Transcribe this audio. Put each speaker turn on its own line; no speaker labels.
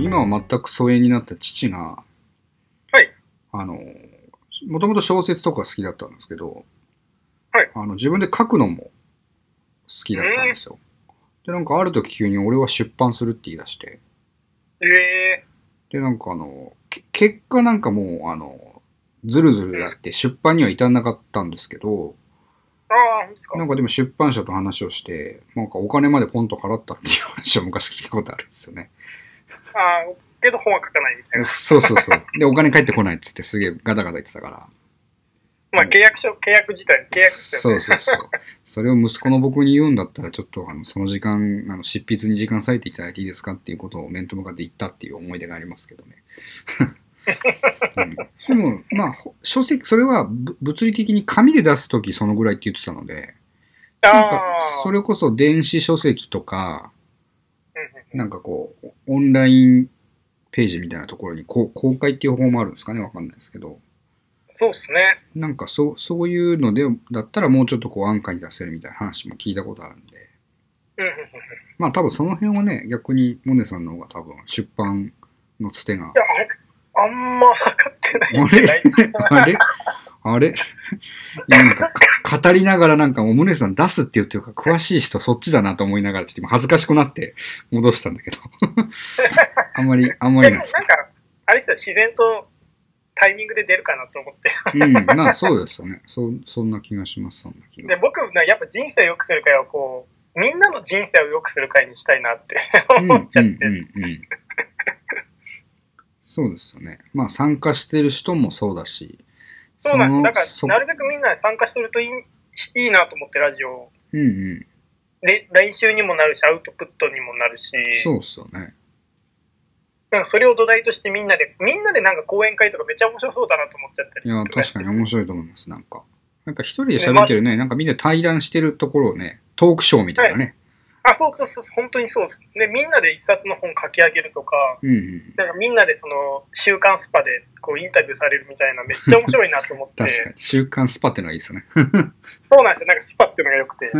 今は全く疎遠になった父が、
はい。
あの、もともと小説とか好きだったんですけど、
はい
あの、自分で書くのも好きだったんですよ。で、なんかある時急に俺は出版するって言い出して、
ええ
で、なんかあの、け結果なんかもう、あの、ずるずるやって出版には至んなかったんですけど、
ー。ああ、そうですか。
なんかでも出版社と話をして、なんかお金までポンと払ったっていう話を昔聞いたことあるんですよね。
ああ、けど本は書かないみたいな。
そうそうそう。で、お金返ってこないっつってすげえガタガタ言ってたから。
まあ、契約書、契約自体、契約ですよ
そう
ね。
そうそう。それを息子の僕に言うんだったら、ちょっとあのその時間、あの執筆に時間割いていただいていいですかっていうことを面と向かって言ったっていう思い出がありますけどね。うん、でも、まあ、ほ書籍、それはぶ物理的に紙で出すときそのぐらいって言ってたので、なん
あ
か
あ、
それこそ電子書籍とか、
うんうんうん
なんかこう、オンラインページみたいなところにこう公開っていう方法もあるんですかねわかんないですけど。
そうですね。
なんかそう、そういうので、だったらもうちょっとこう安価に出せるみたいな話も聞いたことあるんで。
うんうんうん。い
まあ多分その辺はね、逆にモネさんの方が多分出版のつてが。
や、ああんま測ってない ん
あ
じゃな
れあ
い
れあれいやなんかか語りながらなんかもうモネさん出すって言ってるから詳しい人そっちだなと思いながらちょっと今恥ずかしくなって戻したんだけど。あんまり、あんま
で
りなん
もなん
ですか。
か、あれですよ、自然とタイミングで出るかなと思って。
うん、まあそうですよね。そ、そんな気がします、そんな気
で、
が。
僕、なやっぱ人生を良くする会はこう、みんなの人生を良くする会にしたいなって
う ん、うん、
思っちゃって。
うん、うん。そうですよね。まあ参加してる人もそうだし、
そうなんです。だから、
その
なるべくみんなで参加するといいいいなと思って、ラジオ。
そうんうん。
れ練習にもなるし、アウトプットにもなるし、
そうっすよね。
なんかそれを土台としてみんなで、みんなでなんか講演会とかめっちゃ面白そうだなと思っちゃったり
いや、
とか
確
して
かに面白いと思います、なんか。やっぱ一人で喋ってるね、なんかみんな対談してるところをね、トークショーみたいなね。
あ、そうそうそう、本当にそうです。で、みんなで一冊の本書き上げるとか、
うんうん。
なんかみんなでその、週刊スパでこうインタビューされるみたいな、めっちゃ面白いな と思って、
確かに。週刊スパってのがいいですよね。
そうなんですよ、なんかスパっていうのが良くて。